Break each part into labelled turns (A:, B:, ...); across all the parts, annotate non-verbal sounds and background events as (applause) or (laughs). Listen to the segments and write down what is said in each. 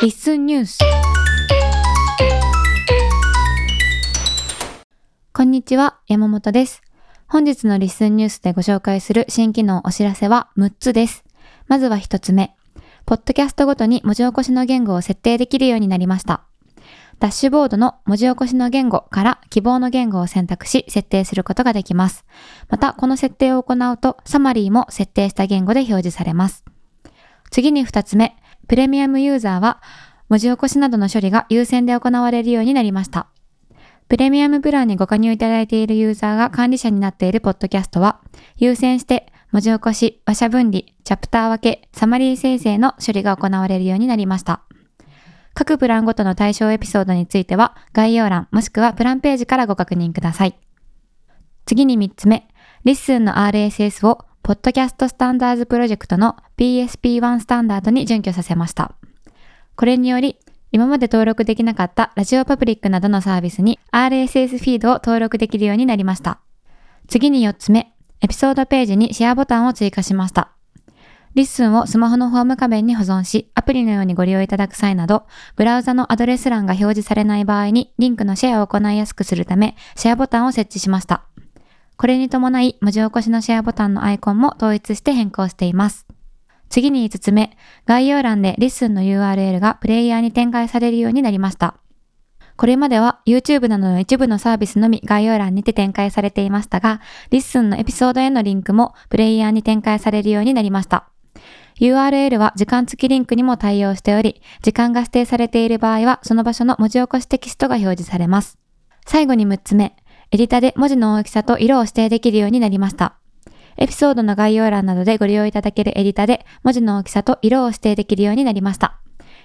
A: リッスンニュースこんにちは山本です本日のリッスンニュースでご紹介する新機能お知らせは6つですまずは1つ目ポッドキャストごとに文字起こしの言語を設定できるようになりましたダッシュボードの文字起こしの言語から希望の言語を選択し設定することができますまたこの設定を行うとサマリーも設定した言語で表示されます次に2つ目プレミアムユーザーは文字起こしなどの処理が優先で行われるようになりました。プレミアムプランにご加入いただいているユーザーが管理者になっているポッドキャストは、優先して文字起こし、話者分離、チャプター分け、サマリー生成の処理が行われるようになりました。各プランごとの対象エピソードについては、概要欄もしくはプランページからご確認ください。次に3つ目、リッスンの RSS を、ポッドキャストスタンダーズプロジェクトの PSP1 スタンダードに準拠させました。これにより、今まで登録できなかったラジオパブリックなどのサービスに RSS フィードを登録できるようになりました。次に4つ目、エピソードページにシェアボタンを追加しました。リッスンをスマホのホーム画面に保存し、アプリのようにご利用いただく際など、ブラウザのアドレス欄が表示されない場合にリンクのシェアを行いやすくするため、シェアボタンを設置しました。これに伴い、文字起こしのシェアボタンのアイコンも統一して変更しています。次に5つ目、概要欄でリッスンの URL がプレイヤーに展開されるようになりました。これまでは YouTube などの一部のサービスのみ概要欄にて展開されていましたが、リッスンのエピソードへのリンクもプレイヤーに展開されるようになりました。URL は時間付きリンクにも対応しており、時間が指定されている場合はその場所の文字起こしテキストが表示されます。最後に6つ目、エディタで文字の大きさと色を指定できるようになりました。エピソードの概要欄などでご利用いただけるエディタで文字の大きさと色を指定できるようになりました。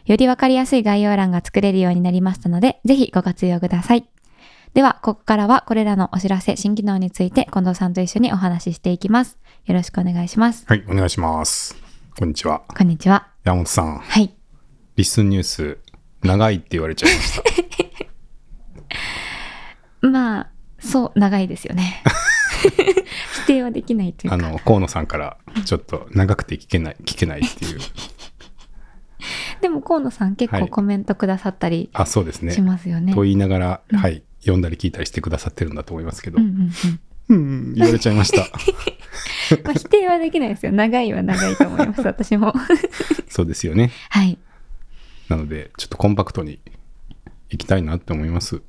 A: よりわかりやすい概要欄が作れるようになりましたので、ぜひご活用ください。では、ここからはこれらのお知らせ、新機能について近藤さんと一緒にお話ししていきます。よろしくお願いします。
B: はい、お願いします。こんにちは。
A: こんにちは。
B: 山本さん、
A: はい。
B: リスンニュース、長いって言われちゃいました。
A: まあ、そう、長いですよ
B: (laughs)
A: ね。否定はできないと (laughs) いう
B: あ
A: か。
B: の、河野さんから、ちょっと長くて聞けない、聞けないっていう。
A: でも、河野さん結
B: は
A: 構
B: い
A: コメントくださったり
B: あ、そうですね。
A: しますよね。
B: と言いながら、
A: うん
B: はい、読んだり聞いたりしてくださってるんだと思いますけど
A: うん、うんうん。
B: うん、言われちゃい
A: (laughs)
B: ました。
A: まあ、否定はできないですよ。長いは長いと思い (laughs) ます、私も。
B: そうですよね。
A: はい。
B: なので、ちょっとコンパクトに行きたいなって思います。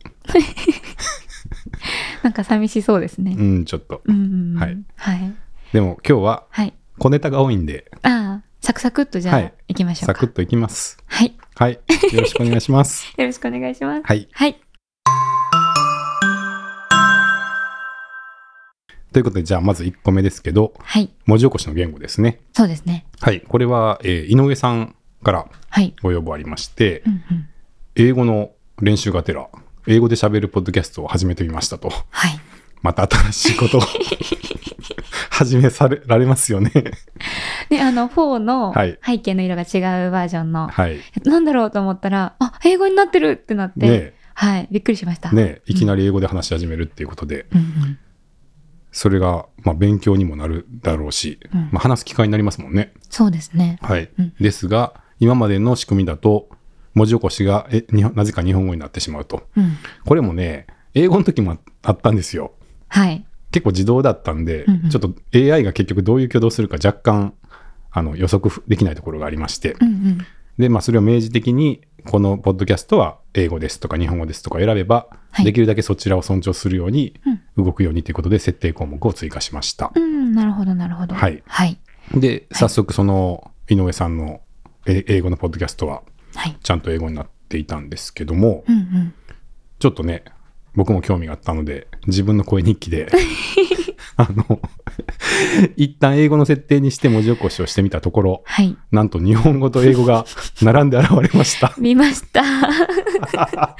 A: なんか寂しそうですね
B: う。ん、ちょっと。
A: うんうんうん。
B: はい。
A: はい。
B: でも今日は
A: はい。
B: 小ネタが多いんで、
A: ああ、サクサクっとじゃあ、
B: はい
A: い、行きましょう
B: サ
A: か。
B: クッといきます。
A: はい。
B: はい、よろしくお願いします。
A: よろしくお願いします。
B: はい。
A: はい。
B: ということで、じゃあまず1個目ですけど、
A: はい。
B: 文字起こしの言語ですね。
A: そうですね。
B: はい、これは、えー井上さんから
A: はい。
B: ご要望ありまして、
A: うんうん。
B: 英語の練習がてら、英語で喋るポッドキャストを始めてみましたと。 (laughs)
A: はい。
B: また新しいことを (laughs) 始めされられますよね。 (laughs)
A: で、あの、4の
B: はい
A: 背景の色が違うバージョンの、
B: はい。
A: なんだろうと思ったら、あ、英語になってるってなって、
B: ね
A: はい。びっくりしました。
B: え、ねえいきなり英語で話し始めるっていうことで、
A: うんうん。
B: それが、まあ、勉強にもなるだろうし、
A: うん
B: まあ、話す機会になりますもんね。
A: そうですね。
B: はい。
A: うん
B: ですが、今までの仕組みだと、文字起こしが、え、日本なぜか日本語になってしまうと。
A: うん。
B: これもね、英語の時もあったんですよ。
A: はい。
B: 結構自動だったんで、
A: うんうん
B: ちょっと AI が結局どういう挙動をするか若干あの予測できないところがありまして、
A: うんうん。
B: で、まあ、それを明示的にこのポッドキャストは英語ですとか日本語ですとか選べば、
A: はい
B: できるだけそちらを尊重するように動くようにということで設定項目を追加しました
A: う、ん、なるほど、なるほど。
B: はい
A: はい。
B: で早速その井上さんのえ英語のポッドキャストは
A: はい。
B: ちゃんと英語になっていたんですけども、
A: うんうん。
B: ちょっとね、僕も興味があったので、自分の声日記
A: (laughs)
B: で、あの、一旦英語の設定にして文字起こしをしてみたところ、
A: はい。
B: なんと日本語と英語が並んで現れ
A: (laughs)
B: ました。
A: 見ました。あ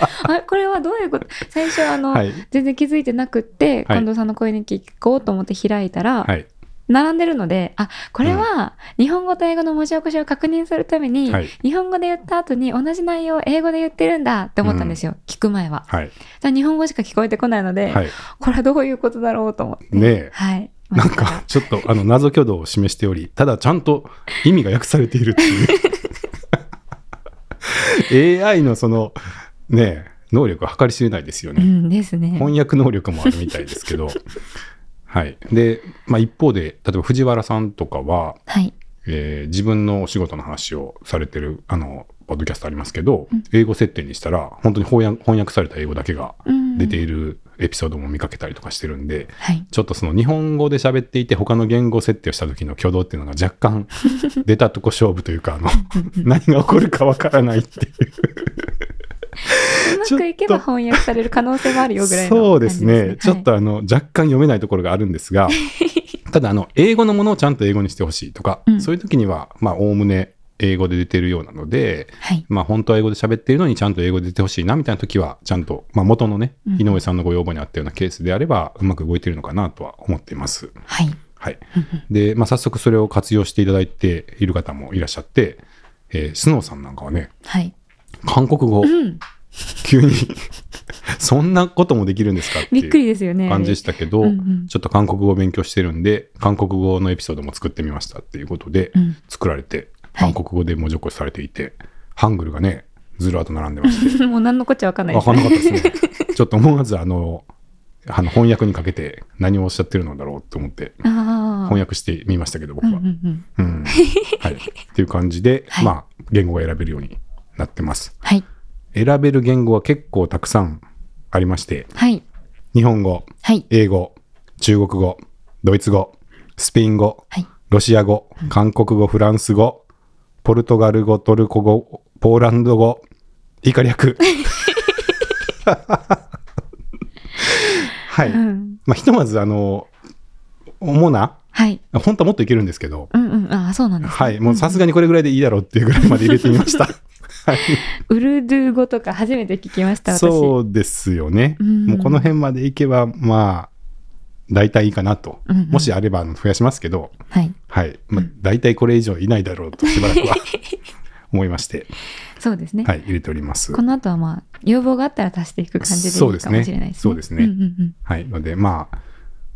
A: これはどういうこと最初あの、
B: はい
A: 全然気づいてなくって、
B: はい
A: 近藤さんの声日記聞こうと思って開いたら、
B: はい。
A: 並んでるのであこれは日本語と英語の文字起こしを確認するために、
B: はい
A: 日本語で言った後に同じ内容を英語で言ってるんだって思ったんですよ、聞く前は。
B: はい。
A: だから日本語しか聞こえてこないので、
B: はい。
A: これはどういうことだろうと思って。
B: ねえ
A: はい。
B: なんか、ちょっと、あの、謎挙動を
A: (laughs)
B: 示 (laughs) しており、ただちゃんと意味が訳されているっていう。 AI のその、ねえ、能力は計り知れないですよ
A: う
B: ね。
A: んですね。
B: 翻訳能力もあるみたいです
A: (laughs)
B: けど。はい。で、まあ一方で、例えば藤原さんとかは、
A: はい。
B: えー自分のお仕事の話をされてる、あの、ポッドキャストありますけど、
A: うん
B: 英語設定にしたら、本当に翻訳翻訳された英語だけが
A: うん
B: 出ているエピソードも見かけたりとかしてるんで、
A: はい。
B: ちょっとその日本語で喋っていて他の言語設定をした時の挙動っていうのが若干
A: (laughs)
B: 出たとこ勝負というかあの何が起こるかわからないっていう
A: うまくいけば翻訳される可能性もあるよぐらいの
B: そうですね
A: 感じ
B: ちょっとあの若干読めないところがあるんで
A: (laughs)
B: すがただあの英語のものをちゃんと英語にしてほしいとか、
A: うん
B: そういう時にはまあおおむね英語で出てるようなので
A: はい。
B: まあ本当は英語で喋ってるのにちゃんと英語で出てほしいなみたいな時はちゃんと、まあ、元のね
A: うん
B: 井上さんのご要望にあったようなケースであればうまく動いてるのかなとは思っています。
A: はい。はい
B: はい。で、まあ、早速それを活用していただいている方もいらっしゃって、えースノーさんなんかはね、
A: はい。
B: 韓国語、
A: うん。
B: 急に、 (laughs) そんなこともできるんですかって
A: びっく
B: い
A: りですよね。
B: う感じでしたけど、
A: うんうん
B: ちょっと韓国語を勉強してるんで、韓国語のエピソードも作ってみましたっていうことで、
A: うん
B: 作られて、
A: はい
B: 韓国語で文字起こしされていて、ハングルがね、ずらーっと並んでまして、
A: もう何のこっちゃわ (laughs) かんないで
B: わ
A: す
B: かんな
A: ね。
B: かったですね。ちょっと思わずあの、あの翻訳にかけて何をおっしゃってるのだろうと思って
A: ああ。
B: 翻訳してみましたけど僕は
A: うんうんうん。
B: うん、はい。っていう感じで、
A: (laughs) はい
B: まあ、言語が選べるようになってます。
A: はい。
B: 選べる言語は結構たくさんありまして、
A: はい。
B: 日本語、
A: はい。
B: 英語、中国語、ドイツ語、スペイン語、
A: はい。
B: ロシア語、韓国語、フランス語、ポルトガル語、トルコ語、ポーランド語、以下略。はい。
A: うん。
B: まあ、ひとまず、あの、主な、
A: はい。
B: 本当はもっといけるんですけど、
A: うんうん。ああ、そうなんですね。
B: はい、もうさすがにこれぐらいでいいだろうっていうぐらいまで入れてみました。
A: ウルドゥー語とか初めて聞きました、私。う。
B: そうですよね。
A: うん
B: もうこの辺までいけば、まあ、大体いいかなと。
A: うんうん
B: もしあればあの増やしますけど、
A: はい。
B: はい、まあ、大体これ以上いないだ
A: (laughs)
B: ろうとしばらくは (laughs) 思いまして、
A: そうですね。
B: はい、入れております
A: こ。の後はまあ、要望があったら足していく感じでいいかもしれないですね。
B: そうですね
A: うんうんうん。
B: はい、ので、まあ、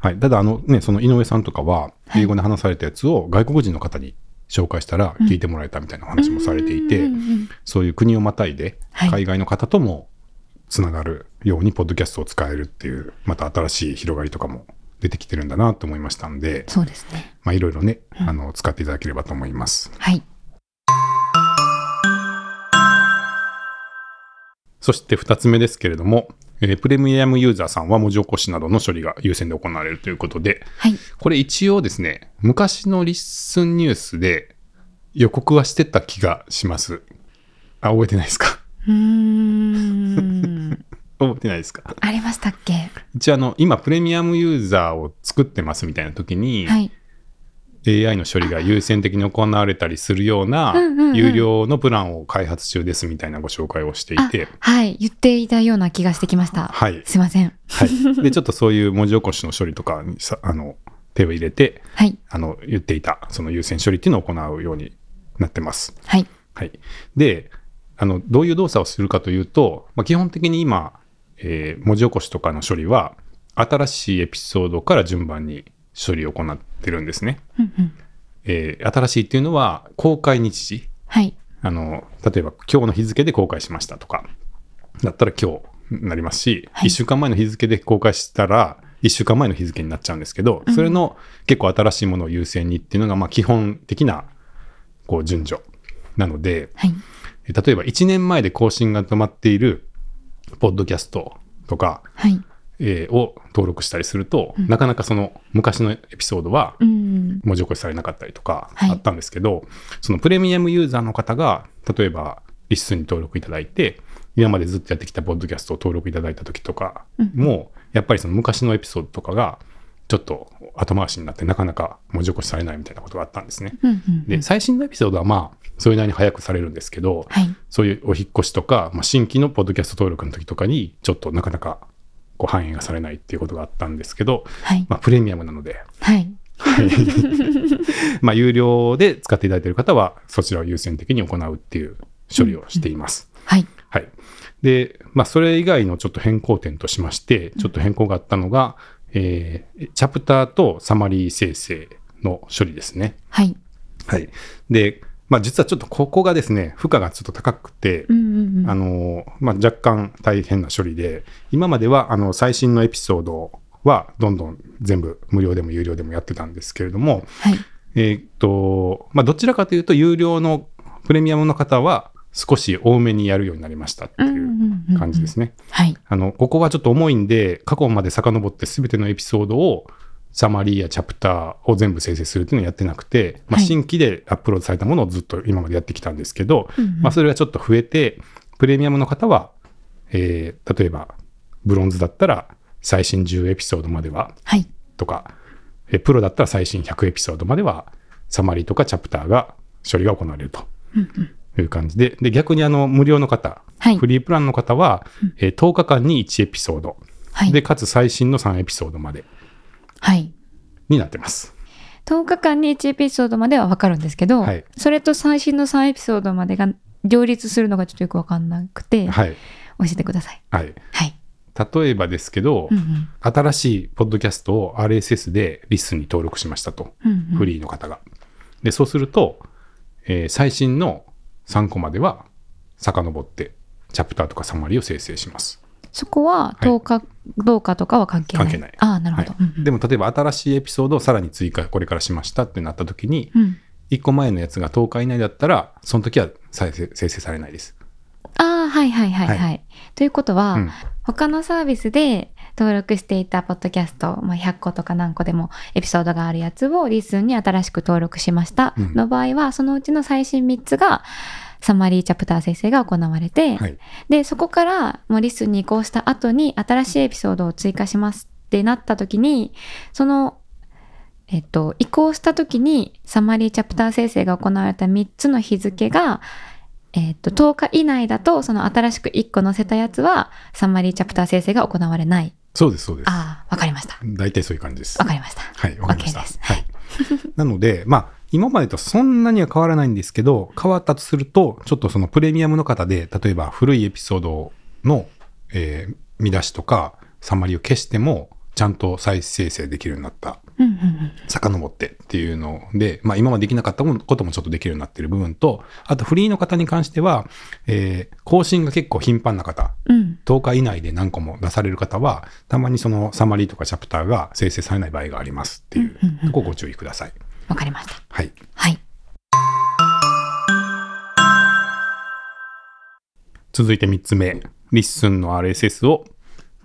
B: はい、ただあのね、その井上さんとかは、
A: はい
B: 英語で話されたやつを外国人の方に紹介したら聞いてもらえたみたいなお話もされていて、
A: うんうんうん
B: そういう国をまたいで、
A: はい
B: 海外の方ともつながるように、ポッドキャストを使えるっていう、また新しい広がりとかも出てきてるんだなと思いましたんで、
A: そうですね。
B: まあ、いろいろね、
A: うん
B: あの、使っていただければと思います。
A: はい。
B: そして2つ目ですけれども、えープレミアムユーザーさんは文字起こしなどの処理が優先で行われるということで、
A: はい。
B: これ一応ですね、昔のリッスンニュースで予告はしてた気がします。あ、覚えてないですか
A: うー (laughs) ん。
B: 覚えてないですか
A: ありましたっけ
B: 一応あの、今プレミアムユーザーを作ってますみたいな時に、
A: はい。
B: AI の処理が優先的に行われたりするような
A: うんうんうん
B: 有料のプランを開発中ですみたいなご紹介をしてい
A: あ
B: て、、
A: はい。言っていたような気がしてきました。
B: はい。
A: すいません。
B: はい、で、ちょっとそういう文字起こしの処理とかにさ、あの、手を入れて、
A: はい。
B: あの、言っていた、その優先処理っていうのを行うようになってます。
A: はい。
B: はい。で、あの、どういう動作をするかというと、まあ、基本的に今、えー文字起こしとかの処理は、新しいエピソードから順番に処理を行ってるんですね。
A: うんうん。
B: えー新しいっていうのは、公開日時。
A: はい。
B: あの、例えば今日の日付で公開しましたとか、だったら今日になりますし、
A: はい
B: 1週間前の日付で公開したら、1週間前の日付になっちゃうんですけど、それの結構新しいものを優先にっていうのが、まあ基本的な、こう順序なので、
A: はい。
B: え例えば1年前で更新が止まっているポッドキャストとか、
A: はい。
B: えーを登録したりすると、なかなかその昔のエピソードは
A: うん。
B: 文字起こしされなかったりとか
A: はい
B: あったんですけど、そのプレミアムユーザーの方が例えばリッスンに登録いただいて今までずっとやってきたポッドキャストを登録いただいた時とかも、やっぱりその昔のエピソードとかがちょっと後回しになってなかなか文字起こしされないみたいなことがあったんですね。
A: うんうんうん。
B: で最新のエピソードはまあそれなりに早くされるんですけど、
A: はい。
B: そういうお引っ越しとか、まあ、新規のポッドキャスト登録の時とかに、ちょっとなかなかこう反映がされないっていうことがあったんですけど、
A: はい。
B: まあ、プレミアムなので、
A: はい。
B: はいまあ、有料で使っていただいている方は、そちらを優先的に行うっていう処理をしています。
A: はい。
B: はい。で、まあ、それ以外のちょっと変更点としまして、ちょっと変更があったのが、えーチャプターとサマリー生成の処理ですね。
A: はい。
B: はい。で、まあ、実はちょっとここがですね、負荷がちょっと高くて、
A: うんうんうん。
B: あのまあ、若干大変な処理で、今まではあの最新のエピソードはどんどん全部無料でも有料でもやってたんですけれども、
A: はい。
B: えーっとまあ、どちらかというと、有料のプレミアムの方は少し多めにやるようになりましたっていう
A: う
B: 感じです
A: ね。
B: ね。
A: はい。
B: あのここはちょっと重いんで、過去まで遡ってすべてのエピソードをサマリーやチャプターを全部生成するっていうのをやってなくて、まあ、
A: はい
B: 新規でアップロードされたものをずっと今までやってきたんですけど、
A: うんうん
B: まあ、それがちょっと増えて、プレミアムの方は、えー例えばブロンズだったら最新10エピソードまでは
A: はい。
B: とか、えープロだったら最新100エピソードまでは、サマリーとかチャプターが処理が行われるという感じで、で逆にあの無料の方、
A: はい
B: フリープランの方は、えー10日間に1エピソード、
A: はい。
B: でかつ最新の3エピソードまで
A: はい。
B: になってます。
A: 10日間に1エピソードまではわかるんですけど、
B: はい
A: それと最新の3エピソードまでが両立するのがちょっとよくわかんなくて、
B: はい、
A: 教えてください。
B: はい、
A: はい。
B: 例えばですけど、
A: うんうん
B: 新しいポッドキャストを RSS でリスンに登録しましたと、
A: うんうん
B: フリーの方が。でそうすると、えー最新の3個までは遡ってチャプターとかサマリーを生成します。
A: そこはい10日どうかとかは関係ない。
B: 関係ない
A: ああ、なるほど。
B: はい
A: うん
B: でも例えば新しいエピソードをさらに追加これからしましたってなった時に、
A: うん、うん
B: 1個前のやつが10日以内だったらその時は再生生成されないです。
A: ああ、はいはいはいはい。
B: は
A: ということは、
B: うん
A: 他のサービスで登録していたポッドキャスト、まあ、100個とか何個でもエピソードがあるやつをリスンに新しく登録しました
B: うん
A: の場合は、そのうちの最新3つがサマリーチャプター生成が行われて、
B: はい
A: で、そこからもうリスンに移行した後に新しいエピソードを追加しますってなった時に、その、えっと、移行した時にサマリーチャプター生成が行われた3つの日付が、えっと、10日以内だと、その新しく1個載せたやつはサマリーチャプター生成が行われない。
B: そうですそうです。
A: ああ、わかりました。
B: 大体そういう感じです
A: わ。かりました。
B: はい、わかりました。
A: OK です
B: はい、 (laughs) なので、まあ、今までとそんなには変わらないんですけど、変わったとすると、ちょっとそのプレミアムの方で、例えば古いエピソードの、えー見出しとか、サマリーを消しても、ちゃんと再生成できるようになった、
A: うんうんうん。
B: 遡ってっていうので、まあ、今までできなかったこともちょっとできるようになってる部分と、あとフリーの方に関しては、えー更新が結構頻繁な方、
A: うん。
B: 10日以内で何個も出される方は、たまにそのサマリーとかチャプターが生成されない場合がありますっていう
A: うんうんうん
B: とこご注意ください。
A: わかりました。
B: はい。
A: はい。
B: 続いて3つ目。リッスンの RSS を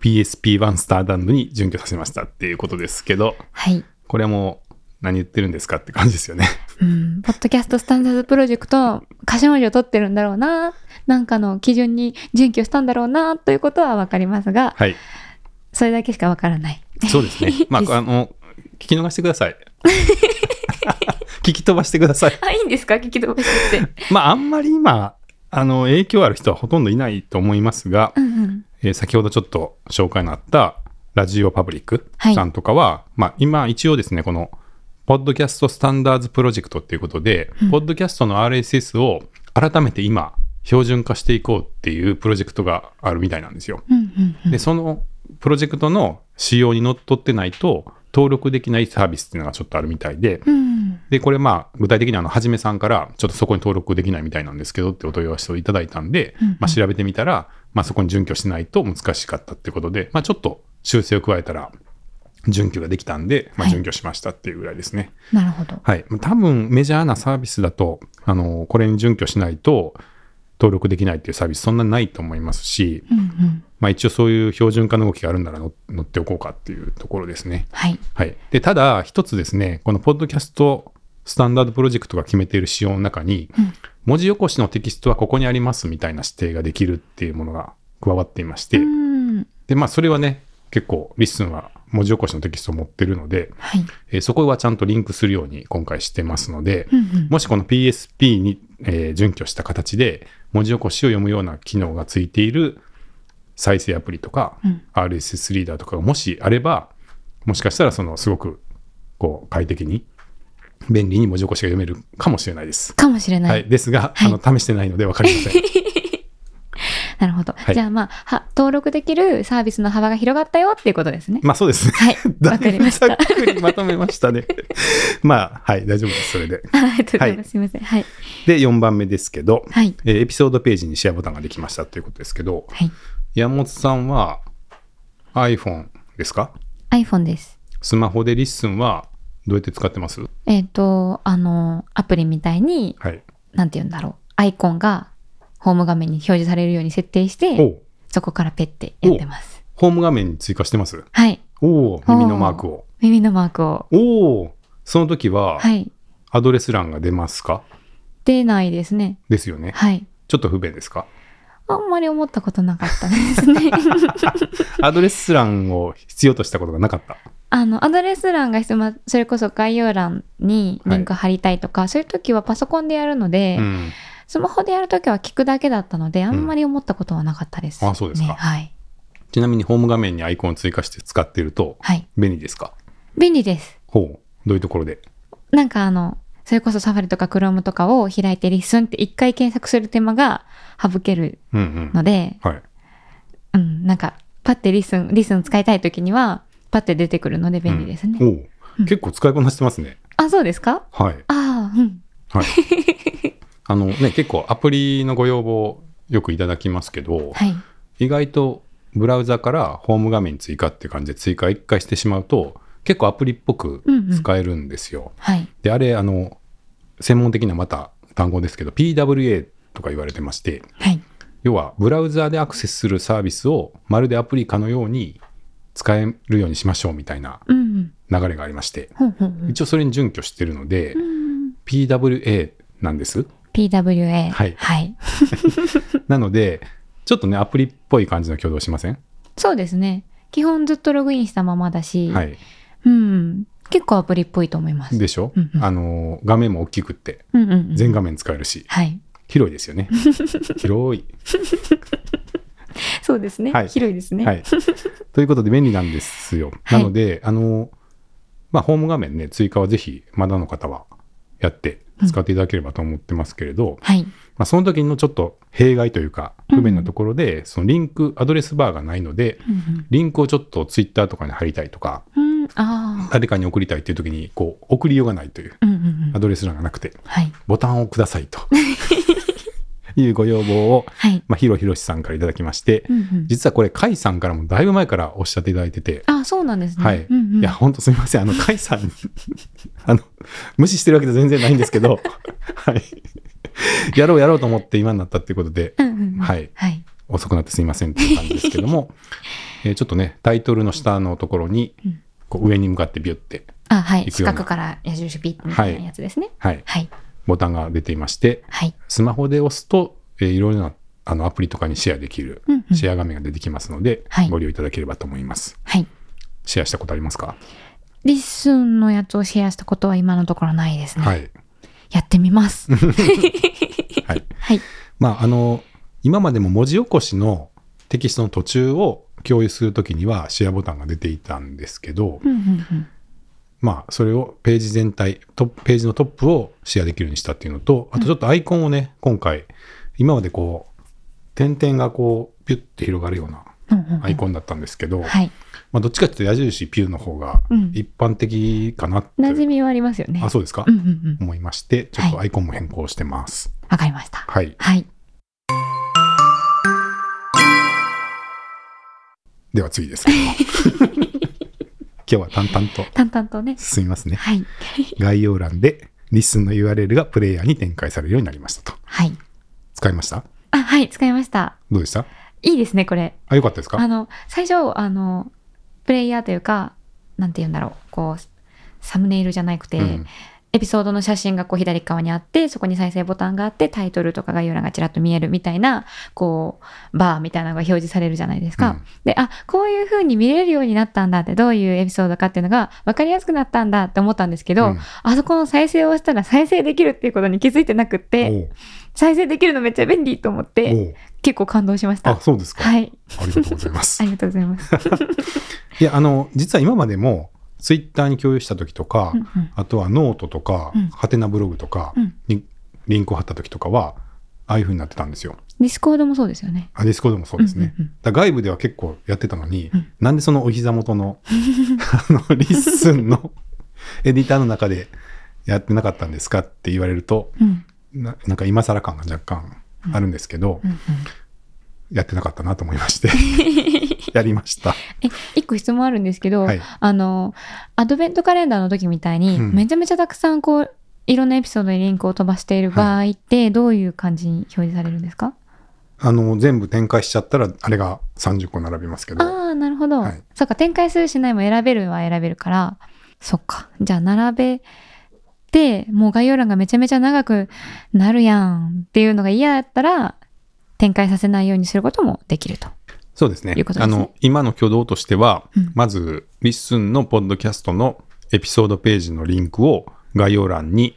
B: PSP1 スターダンドに準拠させましたっていうことですけど、
A: はい。
B: これはもう何言ってるんですかって感じですよね。 (laughs)
A: うん、ポッドキャストスタンダードプロジェクト、頭文字を取ってるんだろうな、なんかの基準に準拠したんだろうな、ということはわかりますが、
B: はい。
A: それだけしかわからない。
B: そうで
A: (laughs)
B: すね。まあ、あの、聞き逃してください。 (laughs) 聞き飛ばしてください。
A: あ、いいんですか聞き飛ばしてって。
B: まあ、あんまり今、あの、影響ある人はほとんどいないと思いますが、
A: うんうん。
B: えー先ほどちょっと紹介のあったラジオパブリック
A: はい
B: さんとかは、まあ、今一応ですねこのポッドキャストスタンダーズプロジェクトっていうことで、ポッドキャストの RSS を改めて今標準化していこうっていうプロジェクトがあるみたいなんですよ。
A: うんうんうん。
B: でそのプロジェクトの仕様にのっとってないと登録できないサービスっていうのがちょっとあるみたいで、
A: うん。
B: で、これまあ、具体的にあの、はじめさんから、ちょっとそこに登録できないみたいなんですけどってお問い合わせをいただいたんで、
A: うんうん
B: まあ、調べてみたら、まあ、そこに準拠しないと難しかったってことで、まあ、ちょっと修正を加えたら、準拠ができたんで、ま
A: は
B: あ、
A: い
B: 準拠しましたっていうぐらいですね。
A: なるほど。
B: はい。まあ多分、メジャーなサービスだと、あの、これに準拠しないと、登録できないっていうサービスそんなないと思いますし、
A: うんうん。
B: まあ、一応そういう標準化の動きがあるんなら乗乗っておこうかっていうところですね。
A: はい。
B: はい、でただ、一つですね、このポッドキャストスタンダードプロジェクトが決めている仕様の中に、
A: うん
B: 文字起こしのテキストはここにありますみたいな指定ができるっていうものが加わっていまして、
A: うん。
B: でまあ、それはね、結構、リッスンは文字起こしのテキストを持ってるので、
A: はい。
B: えーそこはちゃんとリンクするように今回してますので、
A: うんうん。
B: もしこの PSP に、えー準拠した形で文字起こしを読むような機能がついている再生アプリとか、
A: うん
B: RSS リーダーとかがもしあればもしかしたらそのすごくこう快適に便利に文字起こしが読めるかもしれないです。
A: かもしれ
B: は
A: ない (laughs)
B: い、。ですが、あの試してないので分かりません。
A: なるほど。
B: はい
A: じゃあまあは、登録できるサービスの幅が広がったよっていうことですね。
B: まあそうですね。。
A: はい
B: (laughs) だ
A: わ
B: い
A: かり
B: ぶ
A: まし。
B: ざったくりまとめましたね。 (laughs) まあ、はい、大丈夫です、それで。
A: (laughs) はい。ということです。すいません。はい。
B: で、4番目ですけど、
A: はい。
B: えーエピソードページにシェアボタンができましたということですけど、
A: はい。
B: 山本さんは iPhone ですか
A: iPhone です。
B: スマホでリッスンはどうやって使ってます
A: えっ、と、あの、アプリみたいに、
B: はい。
A: なんて言うんだろう。アイコンがホーム画面に表示されるように設定して、
B: お
A: そこからペッてやってます。
B: ホーム画面に追加してます
A: はい。
B: おお耳のマークを。
A: 耳のマークを。
B: おおその時は
A: はい。
B: アドレス欄が出ますか、
A: 出ないですね。
B: ですよね。
A: はい。
B: ちょっと不便ですか
A: あんまり思ったことなかったですね。
B: アドレス欄を必要としたことがな
A: (laughs)
B: かった。
A: あの、アドレス欄が必要、まあそれこそ概要欄にリンク貼りたいとか、そういう時はパソコンでやるので、
B: うん。
A: スマホでやる時は聞くだけだったので、あんまり思ったことはなかったです、
B: うんあそうですか
A: ねはい。
B: ちなみにホーム画面にアイコンを追加して使ってると
A: はい。
B: 便利ですか
A: 便利です。
B: ほう。どういうところで
A: なんかあの、それこそサファリとかクロームとかを開いてリスンって一回検索する手間が省ける
B: うんうん。
A: ので、
B: はい。
A: うん、なんか、パッてリスン、リスン使いたい時には、パッて出てくるので便利ですね。
B: うんおう
A: うん
B: 結構使いこなしてますね。
A: あ、そうですか
B: はい。
A: ああ、うん。
B: はい。あのね、結構アプリのご要望よくいただきますけど、
A: はい。
B: 意外とブラウザからホーム画面に追加っていう感じで追加一回してしまうと、結構アプリっぽく
A: うんうん
B: 使えるんですよ。
A: はい。
B: で、あれ、あの、専門的なまた単語ですけど、PWA とか言われてまして、
A: はい。
B: 要はブラウザでアクセスするサービスをまるでアプリかのように使えるようにしましょうみたいな
A: うんうん。
B: 流れがありまして、
A: ほうほうほう。
B: 一応それに準拠してるので、PWA なんです。
A: PWA。
B: はい
A: はい。
B: なので、ちょっとね、アプリっぽい感じの挙動しません、
A: そうですね。基本ずっとログインしたままだし、
B: はい。
A: うん。結構アプリっぽいと思います。
B: でしょ、
A: うんうん
B: あのー、画面も大きくって、
A: うんうんうん。
B: 全画面使えるし、
A: はい。
B: 広いです
A: (laughs)
B: よね。広い。
A: そうですね。
B: はい
A: 広いですね。
B: はい。ということで便利なんですよ。
A: はい
B: なので、あのー、まあ、ホーム画面ね、追加はぜひ、まだの方はやって使っていただければと思ってますけれど、
A: はい。
B: まあ、その時のちょっと弊害というか、不便なところで、そのリンク、アドレスバーがないので、
A: うん
B: リンクをちょっとツイッターとかに貼りたいとか、
A: うん。うん。ああ。
B: 誰かに送りたいっていう時にこう送りようがないという
A: うんうんうん
B: ア。ドレス欄がなくて
A: はい。
B: ボタンをくださいと (laughs) いうご要望を、
A: はい。
B: まあ、ヒロヒロシさんからいただきまして、
A: うんうん。
B: 実はこれ甲斐さんからもだいぶ前からおっしゃっていただいてて、
A: あ、そうなんですね。
B: はい、
A: うんうん
B: いやほんとすみませんあの甲斐さん (laughs) あの無視してるわけじゃ全然ないんですけど、 (laughs) はい、やろうやろうと思って今になったっていうことで
A: うんうんうん。
B: はい
A: はい。
B: 遅くなってすみませんっていう感じですけ
A: (laughs)
B: どもえーちょっとねタイトルの下のところに
A: うん
B: こう上に向かってビュって、
A: あ、はい。
B: 行く
A: 四
B: ような
A: 角から矢印ビッみたいなやつですね。
B: はい、
A: はい。
B: ボタンが出ていまして
A: はい。
B: スマホで押すと、えーいろいろなあのアプリとかにシェアできる、
A: うんうん
B: シェア画面が出てきますので、
A: はい
B: ご利用いただければと思います。
A: はい。
B: シェアしたことありますか、
A: リッスンのやつをシェアしたことは今のところないですね。
B: はい、
A: やってみます。
B: はい。
A: はい。
B: まあ、あの、今までも文字起こしのテキストの途中を共有するときにはシェアボタンが出ていたんですけど、
A: うんうんうん。
B: まあ、それをページ全体、トップページのトップをシェアできるようにしたっていうのと、あとちょっとアイコンをね、今回、今までこう、点々がこう、ピュッて広がるような
A: うんうんうん
B: アイコンだったんですけど、
A: はい。
B: まあ、どっちかっていうと矢印ピューの方が
A: うん
B: 一般的かなって、
A: 馴染みはありますよね。
B: あそうですか、
A: うんうんうん。
B: 思いましてちょっとアイコンも変更してます。
A: わかりました。
B: はい、
A: はい。
B: では次ですけど
A: (laughs)
B: 今日は淡々と
A: 淡々とね。
B: 進みますね。
A: はい。
B: 概要欄でリスンの URL がプレイヤーに展開されるようになりましたと。
A: はい。
B: 使いました
A: あ、はい。使いました。
B: どうでした
A: いいですね、これ。
B: あよかったです
A: あ
B: か
A: の、最初、あの、プレイヤーというか、なんて言うんだろう。こう、サムネイルじゃなくて、
B: うん
A: エピソードの写真がこう左側にあって、そこに再生ボタンがあって、タイトルとか概要欄がちらっと見えるみたいな、こう、バーみたいなのが表示されるじゃないですか。
B: うん
A: で、あ、こういう風に見れるようになったんだって、どういうエピソードかっていうのが分かりやすくなったんだって思ったんですけど、
B: うん
A: あそこの再生を押したら再生できるっていうことに気づいてなくっ
B: お
A: て、
B: う
A: 再生できるのめっちゃ便利と思っ
B: お
A: て、
B: う
A: 結構感動しまし
B: あ
A: た。
B: そうですか、
A: はい。
B: ありがとうございま
A: (laughs)
B: す
A: あ。りがとうございます。
B: いやあの実は今までもツイッターに共有した時とか、
A: うんうん
B: あとはノートとか、
A: うん
B: ハテナブログとか
A: うん
B: にリンクを貼った時とかは、ああいう風になってたんですよ。
A: ディスコードもそうですよね。
B: あディスコードもそうですね。
A: うんうんうん
B: だから外部では結構やってたのに、
A: うん
B: なんでそのお膝
A: (laughs)
B: 元のあのリッスンのエディターの中でやってなかったんですかって言われると
A: うん
B: ななんか今更感が若干あるんですけど、
A: うんうん
B: やってなかったなと思いまして
A: (laughs)
B: やりました。
A: え、一個質問あるんですけど、
B: はい
A: あの、アドベントカレンダーの時みたいに、
B: うん
A: めちゃめちゃたくさんこう、いろんなエピソードにリンクを飛ばしている場合って、どういう感じに表示されるんですか、
B: あの全部展開しちゃったらあれが30個並びますけど
A: ああ、なるほど。
B: はい
A: そっか、展開するしないも選べるは選べるから、そっか。じゃあ、並べて、もう概要欄がめちゃめちゃ長くなるやんっていうのが嫌だったら、展開させないようにすることもできると。
B: そうですね
A: いうことで
B: あ
A: すね
B: の今の挙動としては、
A: うん
B: まずリッスンのポッドキャストのエピソードページのリンクを概要欄に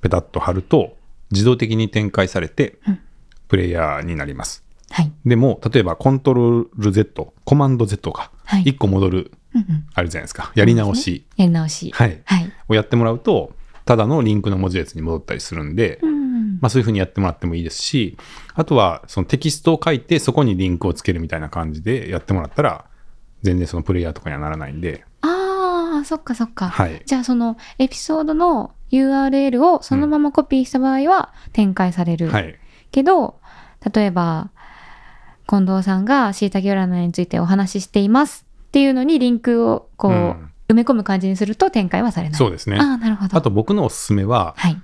B: ペタッと貼ると自動的に展開されて、
A: うん
B: プレイヤーになります
A: はい。
B: でも例えばコントロール Z コマンド Z が
A: はい
B: 1個戻る、
A: うんうん。
B: あるじゃないですかやり直し、
A: やり直し。
B: はい、
A: はい。
B: をやってもらうとただのリンクの文字列に戻ったりするんで、
A: うん。
B: まあ、そういうふうにやってもらってもいいですし、あとはそのテキストを書いて、そこにリンクをつけるみたいな感じでやってもらったら、全然そのプレイヤーとかにはならないんで、
A: ああ、そっかそっか。
B: はい。
A: じゃあ、そのエピソードの URL をそのままコピーした場合は展開される。
B: はい。
A: けど、例えば、近藤さんが椎茸占いについてお話ししていますっていうのにリンクをこう、
B: うん
A: 埋め込む感じにすると展開はされない。
B: そうですね。
A: ああ、なるほど。
B: あと僕のおすすめは、
A: はい。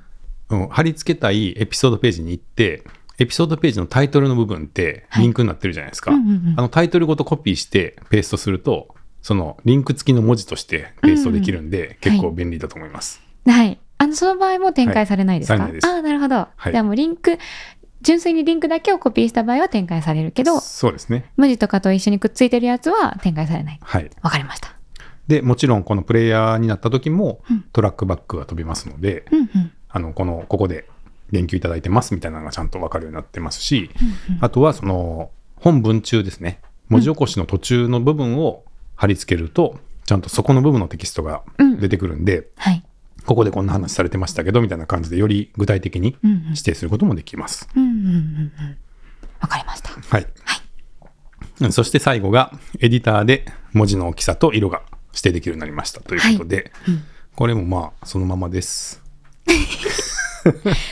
B: うん貼り付けたいエピソードページに行って、エピソードページのタイトルの部分って
A: はい
B: リンクになってるじゃないですか。
A: うんうんうん
B: あのタイトルごとコピーしてペーストすると、そのリンク付きの文字としてペーストできるんで、結構便利だと思います。
A: はい。あの、その場合も展開されないですか、
B: はいされないです
A: ああ、なるほど。
B: はい
A: じゃあもうリンク、純粋にリンクだけをコピーした場合は展開されるけど、
B: そうですね。
A: 文字とかと一緒にくっついてるやつは展開されない。
B: はい。
A: わかりました。
B: でもちろんこのプレイヤーになった時も
A: うん
B: トラックバックが飛びますので、
A: うんうん。
B: あのこのここで言及いただいてますみたいなのがちゃんと分かるようになってますし、
A: うんうん
B: あとはその本文中ですね文字起こしの途中の部分を貼り付けるとちゃんとそこの部分のテキストが出てくるんで、
A: はい。
B: ここでこんな話されてましたけどみたいな感じでより具体的に
A: うんうん。
B: 指定することもできます。
A: うんうんうんうん。わかりました。
B: はい、そして最後がエディターで文字の大きさと色が指定できるようになりましたということで、これもまあそのままです。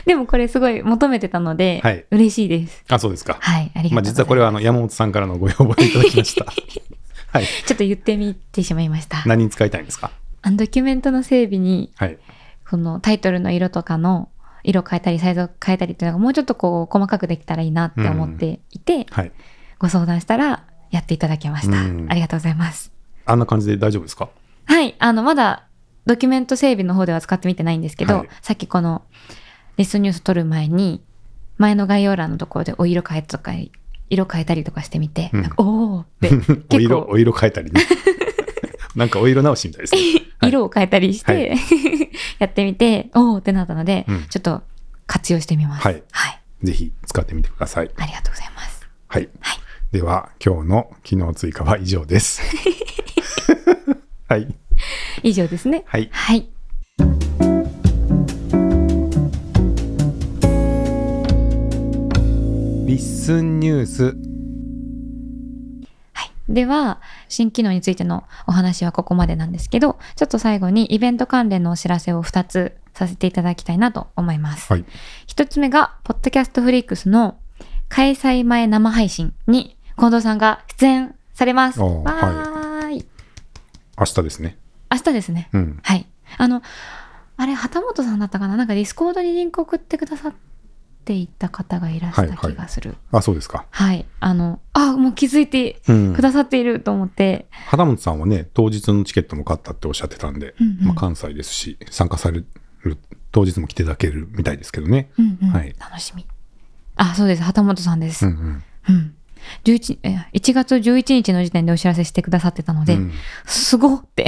A: でもこれすごい求めてたので、
B: はい
A: 嬉しいです。
B: あそうですか。
A: はい、ありが
B: まあ
A: とうございます。
B: 実はこれはあの山本さんからのご要望でいただきました。 (laughs) はい。
A: ちょっと言ってみてしまいました。
B: 何に使いたいんですか。
A: あのドキュメントの整備に、
B: はい。
A: このタイトルの色とかの色変えたり、サイズを変えたりっていうのがもうちょっとこう細かくできたらいいなって思っていて、
B: はい。
A: ご相談したらやっていただきました。
B: うん
A: ありがとうございます。
B: あんな感じで大丈夫ですか。
A: はい、あの、まだドキュメント整備の方では使ってみてないんですけど、
B: はい
A: さっきこのリストニュース撮る前に、前の概要欄のところでお色変えたとか、色変えたりとかしてみて、
B: うん
A: なんかおーって、
B: (laughs) お
A: (laughs) 結
B: 色
A: 構
B: お色変えたりね。 (laughs) なんかお色直しみたいですね。 (laughs) はい
A: (laughs) 色を変えたりして、
B: は
A: (laughs) やってみて、おーってなったので、
B: うん
A: ちょっと活用してみます。
B: はいぜひ使ってみてください。
A: ありがとうございます。
B: はい。では今日の機能追加は以上
A: (laughs)
B: です。はい。
A: 以上ですね。
B: はい。
A: はい。
B: リッスンニュース。
A: はい、では新機能についてのお話はここまでなんですけどちょっと最後にイベント関連のお知らせを2つさせていただきたいなと思います、
B: はい。
A: 1つ目がポッドキャストフリークスの開催前生配信に近藤さんが出演されます
B: おー
A: わーい
B: 明日ですね。
A: 明日ですね
B: うん。
A: はいあのあれ旗本さんだったかななんかディスコードにリンク送ってくださっていた方がいらした気がする
B: あそうですか。
A: はい、あのあもう気づいて
B: うん
A: く。ださっていると思って、
B: 畑本さんはね当日のチケットも買ったっておっしゃってたんで、
A: うんうん
B: まあ、関西ですし参加される当日も来ていただけるみたいですけどね。
A: うんうん
B: はい
A: 楽しみ。あ、そうです。旗本さんで
B: う
A: す。
B: ん
A: う、
B: うんん
A: 11え1月11日の時点でお知らせしてくださってたので、
B: うん
A: すごっって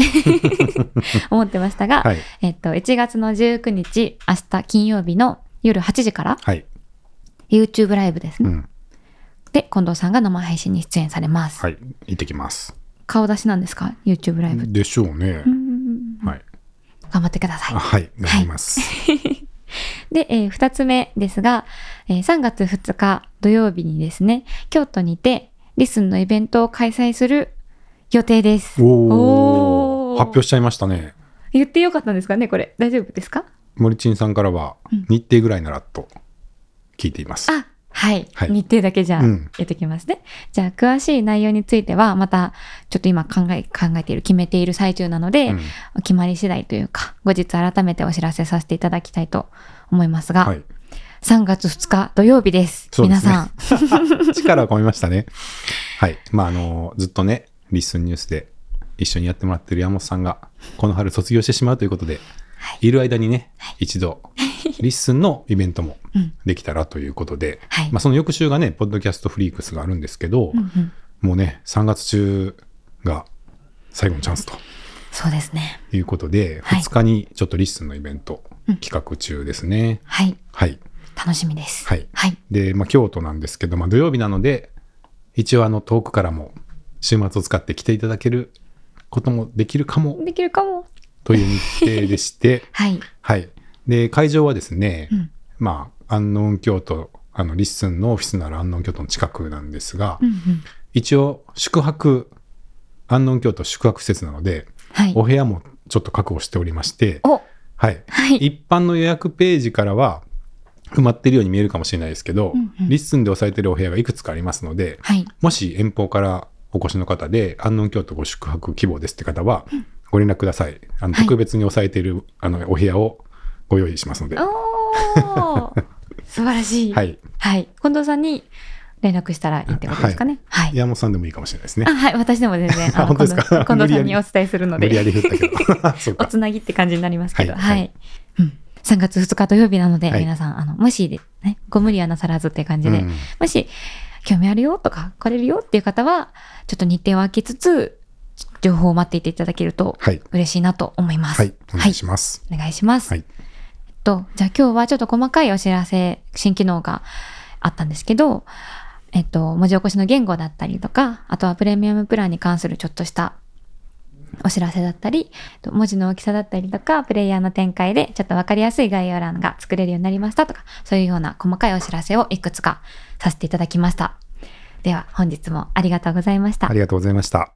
B: (laughs)
A: 思ってましたが、
B: はい
A: えっと、1月の19日、明日金曜日の夜8時から、
B: はい、
A: YouTube ライブです
B: う
A: ね。
B: ん
A: で、近藤さんが生配信に出演されます。
B: はい、行ってきます。
A: 顔出しなんですか ?YouTube ライブ。
B: でしょうね
A: う。ん
B: はい、
A: 頑張ってくだ
B: あ
A: さい。
B: はい、頑張ります。
A: で、え2つ目ですが、えー3月2日土曜日にですね、京都にてリスンのイベントを開催する予定です。
B: お
A: お
B: お
A: ー
B: 発表しちゃいましたね
A: 言ってよかったんですかね、これ。大丈夫ですか
B: 森珍さんからは
A: うん
B: 日程ぐらいならと聞いています、
A: あ、はい。
B: はい
A: 日程だけじゃあ、
B: うん
A: やってきますね。じゃあ、詳しい内容については、また、ちょっと今考え、考えている、決めている最中なので、
B: うん
A: お決まり次第というか、後日改めてお知らせさせていただきたいと思いますが、
B: はい、
A: 3月2日土曜日です。
B: そうで
A: 皆
B: すね
A: さん。
B: 力を込めましたねはいまああのずっとねリスンニュースで一緒にやってもらってる山本さんがこの春卒業してしまうということで、い、る間にね、一度リッスンのイベントも
A: うん
B: できたらということで、
A: はい
B: まあ、その翌週がねポッドキャストフリークスがあるんですけど、
A: うんうん
B: もうね3月中が最後のチャンスと
A: そうですね。
B: いうことで、
A: はい
B: 2日にちょっとリッスンのイベント
A: うん
B: 企画中ですね、
A: はい。
B: はい
A: 楽しみです。
B: はい
A: はい。
B: で、まあ、京都なんですけど、まあ、土曜日なので一応あの遠くからも週末を使って来ていただけることもできるかも
A: できるかも。
B: という日程でして
A: (laughs) はい。
B: はいで会場はですね、
A: うん
B: まあ安納京都あのリッスンのオフィスのある安納京都の近くなんですが、
A: うんうん。
B: 一応宿泊安納京都宿泊施設なので
A: はい。
B: お部屋もちょっと確保しておりまして、
A: お
B: はい、
A: はい。
B: 一般の予約ページからは埋まってるように見えるかもしれないですけど、
A: うんうん
B: リッスンで押さえてるお部屋がいくつかありますので
A: はい。
B: もし遠方からお越しの方で安納京都ご宿泊希望ですって方はご連絡くださいあの
A: はい
B: 特別に押さえている、あのお部屋をご用意しますので、は
A: お
B: (laughs)
A: ー素晴らしい。はい。
B: い、
A: 近藤さんに連絡したらいいってことですかね。はい。
B: 山本さんでもいいかもしれないですね
A: あ、。はい。私でも全
B: (laughs)
A: 然、あの
B: 本当
A: 近
B: です
A: 藤
B: か
A: さん近藤さん
B: 無理
A: に
B: や
A: お
B: り
A: 伝えするの
B: 無理や
A: で、
B: り振ったけど (laughs) そう
A: お
B: か
A: つなぎって感じになりますけど、
B: は
A: はいい。
B: はい
A: うん。3月2日土曜日なので、
B: はい
A: 皆さん、あの、もしで、ね、ご無理はなさらずって感じで、
B: うん
A: もし、興味あるよとか、来れるよっていう方は、ちょっと日程を空きつつ、情報を待っていていただけると
B: はい、
A: 嬉しいなと思います。
B: はい、お願いします。
A: お願いします。
B: はい
A: えっと、じゃあ今日はちょっと細かいお知らせ、新機能があったんですけど、えっと、文字起こしの言語だったりとか、あとはプレミアムプランに関するちょっとしたお知らせだったり、えっと文字の大きさだったりとか、プレイヤーの展開でちょっとわかりやすい概要欄が作れるようになりましたとか、そういうような細かいお知らせをいくつかさせていただきました。では、本日もありがとうございました
B: あ。りがとうございました。